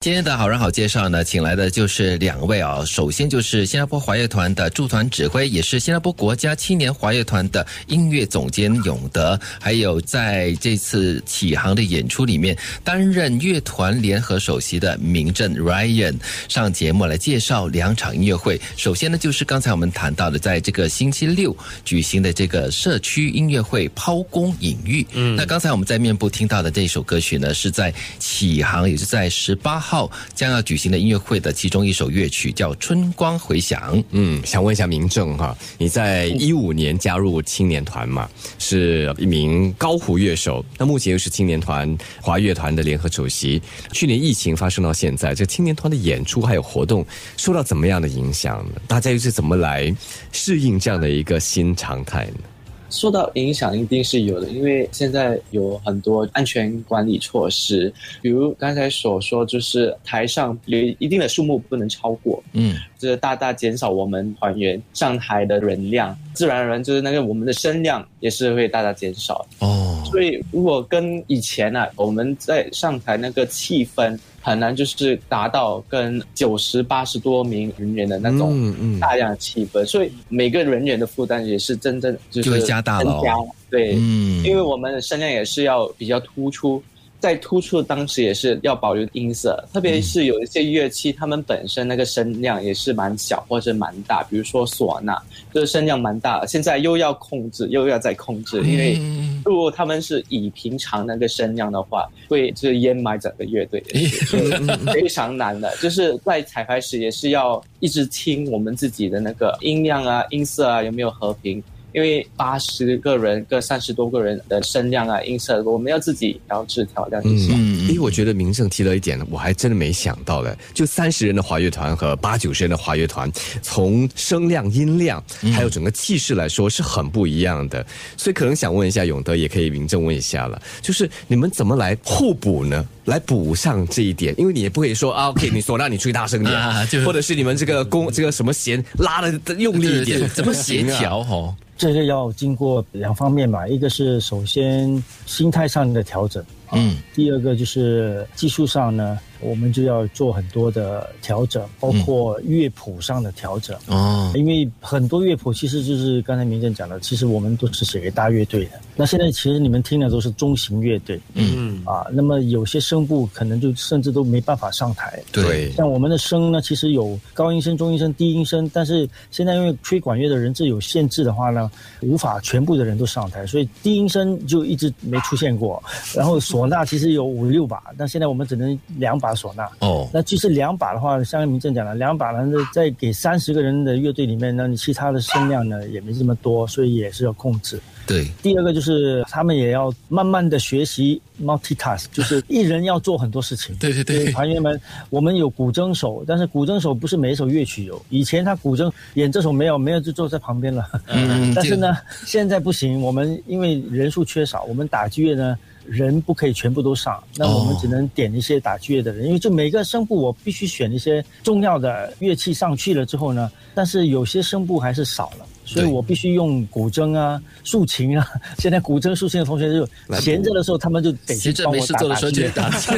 今天的好人好介绍呢，请来的就是两位啊、首先就是新加坡华乐团的驻团指挥，也是新加坡国家青年华乐团的音乐总监永德，还有在这次启航的演出里面担任乐团联合首席的明正 Ryan 上节目来介绍两场音乐会。首先呢，就是刚才我们谈到的，在这个星期六举行的这个社区音乐会《抛弓引玉》。嗯，那刚才我们在面部听到的这首歌曲呢，是在启航，也是在十八号将要举行的音乐会的其中一首乐曲，叫《春光回响》。嗯，想问一下明正哈，你在一五年加入青年团嘛，是一名高胡乐手，那目前又是青年团华乐团的联合主席。去年疫情发生到现在，这青年团的演出还有活动受到怎么样的影响呢？大家又是怎么来适应这样的一个新常态呢？受到影响一定是有的，因为现在有很多安全管理措施，比如刚才所说，就是台上有一定的数目不能超过，嗯，就是大大减少我们团员上台的人量，自然而然就是那个我们的声量也是会大大减少。哦，所以如果跟以前啊，我们在上台那个气氛很难，就是达到跟九十八十多名人员的那种嗯嗯大量的气氛，所以每个人员的负担也是真正就是就会加大了哦增加对，嗯因为我们的声量也是要比较突出，在突出的当时也是要保留音色，嗯特别是有一些乐器，它们本身那个声量也是蛮小或者蛮大，比如说唢呐，就是声量蛮大，现在又要控制，又要再控制，因为嗯如果他们是以平常那个声量的话，会就是淹埋整个乐队， 嗯非常难的。就是在彩排时也是要一直听我们自己的那个音量啊、音色啊有没有和平，因为八十个人跟三十多个人的声量啊、音色，我们要自己调制调量一下。嗯因哎为我觉得明正提了一点，我还真的没想到嘞，就三十人的华乐团和八九十人的华乐团，从声量、音量，嗯还有整个气势来说是很不一样的。所以可能想问一下永德，也可以明正问一下了，就是你们怎么来互补呢？来补上这一点，因为你也不可以说啊，OK，你唢呐你吹大声点，啊就是或者是你们这个弓这个什么弦拉的用力一对对对点，怎么协啊调？哦？这个要经过两方面吧，一个是首先心态上的调整，嗯第二个就是技术上呢，我们就要做很多的调整，包括乐谱上的调整。哦，因为很多乐谱其实就是刚才明正讲的，其实我们都是写给大乐队的。那现在其实你们听的都是中型乐队，嗯，啊，那么有些声部可能就甚至都没办法上台。对，像我们的声呢，其实有高音声、中音声、低音声，但是现在因为吹管乐的人是有限制的话呢，无法全部的人都上台，所以低音声就一直没出现过。然后唢呐其实有五六把，但现在我们只能两把唢呐。哦，那就是两把的话，像明正讲了，两把呢，在给三十个人的乐队里面呢，你其他的声量呢也没这么多，所以也是要控制。对，第二个就是他们也要慢慢的学习 multitask，就是一人要做很多事情。 对对对所以团员们，我们有古筝手，但是古筝手不是每一首乐曲有，以前他古筝演这首没有，没有就坐在旁边了。 嗯但是呢，现在不行，我们因为人数缺少，我们打击乐呢。人不可以全部都上，那我们哦只能点一些打击乐的人，因为就每个声部我必须选一些重要的乐器上去了之后呢，但是有些声部还是少了，所以对我必须用古筝啊、竖琴啊。 现在古筝、竖琴的同学就闲着的时候，他们就得闲去着哎帮没我事打做的打时候击就乐去。打气，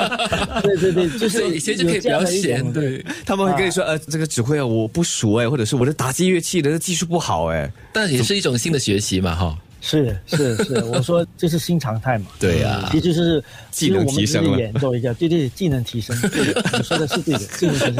对对 对，就是所以闲着可以有比这样较的一种闲，对。他们会跟你说，呃，这个指挥啊，我不熟哎，或者是我的打击乐器的技术不好哎，但也是一种新的学习嘛， 哈。是是是， 我说这是新常态嘛。对啊呀其实就是技能提升了其实我们只是演奏一下，对对，技能提升，对的你说的是对的，技能提升。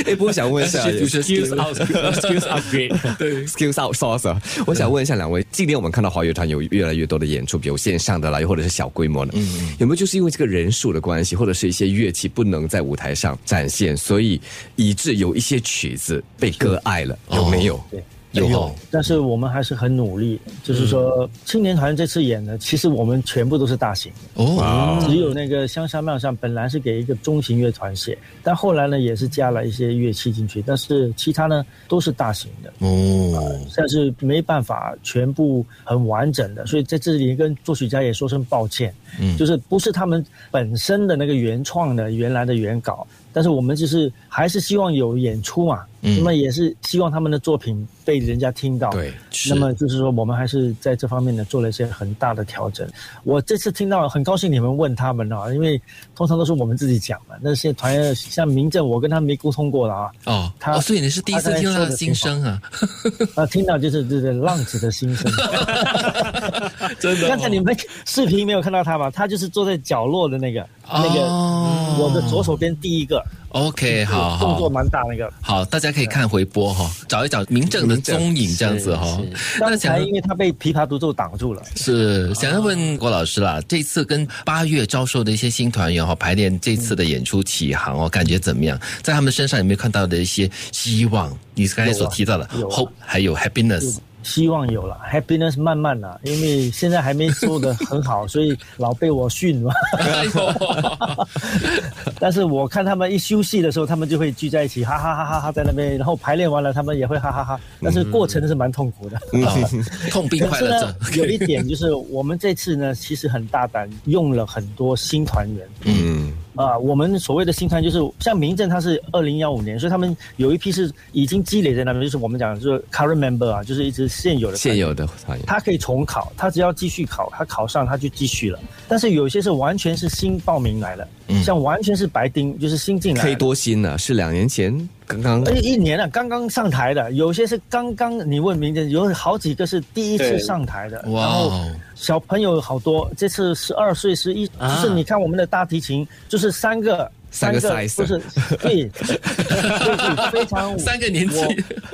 哎，不过想问一下 skills out skills upgrade，对 skills out source，啊我想问一下两位，今年我们看到华乐团有越来越多的演出，比如线上的啦，又或者是小规模的，有没有就是因为这个人数的关系，或者是一些乐器不能在舞台上展现，所以以致有一些曲子被割爱了，有没有？对有哦，但是我们还是很努力，就是嗯说青年团这次演的，其实我们全部都是大型，哦，只有啊那个香山庙上本来是给一个中型乐团写，但后来呢也是加了一些乐器进去，但是其他呢都是大型的。哦，但是没办法全部很完整的，所以在这里跟作曲家也说声抱歉，嗯就是不是他们本身的那个原创的原来的原稿，但是我们就是还是希望有演出嘛，嗯那么也是希望他们的作品被人家听到。对是那么就是说，我们还是在这方面呢做了一些很大的调整。我这次听到很高兴你们问他们啊，因为通常都是我们自己讲嘛。那些团员像民政，我跟他没沟通过 了啊，哦，他哦，所以你是第一次他刚才听到他说的的心声啊，啊，听到就是这个浪子的心声。 真哦刚才你们视频没有看到他吧？他就是坐在角落的那个，那个哦我的左手边第一个， OK，好动好作蛮大那个。好，大家可以看回播哈、找一找民政的踪影这样子哈、是那刚想才因为他被琵琶独奏挡住了。是想要问郭老师啦，这次跟八月招收的一些新团员哈、排练这次的演出起航哦，感觉怎么样？在他们身上有没有看到的一些希望？你刚才所提到的、有啊 hope 还有 happiness，希望有了，happiness 慢慢啦，因为现在还没做的很好， 所以老被我训嘛。 哎呦但是我看他们一休息的时候，他们就会聚在一起，哈哈哈哈哈，在那边，然后排练完了，他们也会哈哈哈。但是过程是蛮痛苦的。好 痛并可嗯 快是乐呢着，有一点就是，我们这次呢，其实很大胆，用了很多新团员。嗯，啊、我们所谓的新团就是像民政，它是二零幺五年，所以他们有一批是已经积累在那边，就是我们讲的就是 current member 啊，就是一直现有的团员现有的团员，他可以重考，他只要继续考，他考上他就继续了。但是有些是完全是新报名来的，嗯像完全是白丁，就是新进来的可以多新了，是两年前刚刚而且一年了、啊刚刚上台的，有些是刚刚你问名字，有好几个是第一次对上台的，哇然后哦，小朋友好多，这次十二岁十一，就啊是你看我们的大提琴，就是三个。三个 size 不是 对，就是非常三个年纪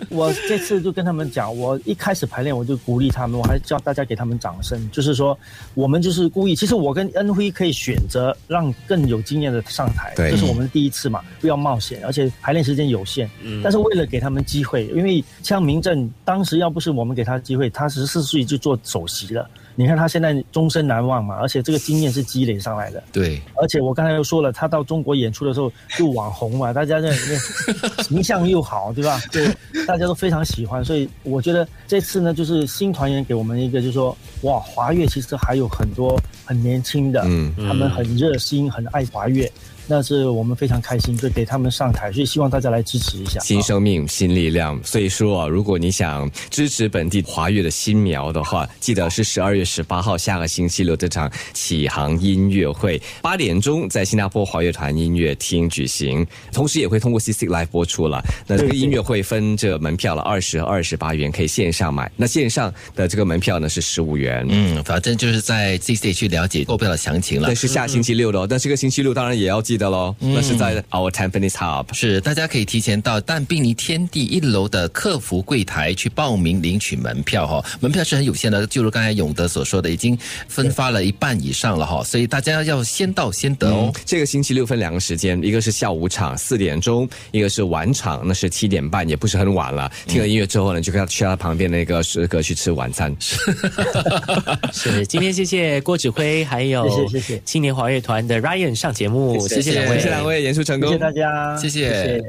我。我这次就跟他们讲，我一开始排练我就鼓励他们，我还叫大家给他们掌声，就是说我们就是故意。其实我跟恩辉可以选择让更有经验的上台，对这是我们第一次嘛，不要冒险，而且排练时间有限。但是为了给他们机会，因为像明正当时要不是我们给他机会，他十四岁就做首席了。你看他现在终身难忘嘛，而且这个经验是积累上来的。对，而且我刚才又说了，他到中国演出的时候就网红 嘛，大家在那形象又好，对吧？对，大家都非常喜欢，所以我觉得这次呢，就是新团员给我们一个，就是说，哇，华乐其实还有很多很年轻的，嗯他们很热心，很爱华乐，那是我们非常开心，就给他们上台，所以希望大家来支持一下。新生命、新力量。所以说啊，如果你想支持本地华乐的新苗的话，记得是十二月十八号下个星期六这场启航音乐会，八点钟在新加坡华乐团音乐厅举行，同时也会通过 CC Live 播出了。那这个音乐会分这门票了，二十、二十八元可以线上买，那线上的这个门票呢是十五元。嗯，反正就是在 C C 去了解购票的详情了那。是下星期六的哦，但这个星期六当然也要记得喽。那是在 Our Tampines Hub。是，大家可以提前到但宾尼天地一楼的客服柜台去报名领取门票哈、门票是很有限的，就如刚才永德所说的，已经分发了一半以上了哈、所以大家要先到先得哦。嗯这个星期六分两个时间，一个是下午场四点钟，一个是晚场，那是七点半，也不是很晚了。听了音乐之后呢，就跟他去他旁边那个食阁去吃晚餐。 是，今天谢谢郭指挥，还有谢谢谢谢青年华乐团的 Ryan 上节目，谢谢两位，谢谢两位，演出成功，谢谢大家，谢谢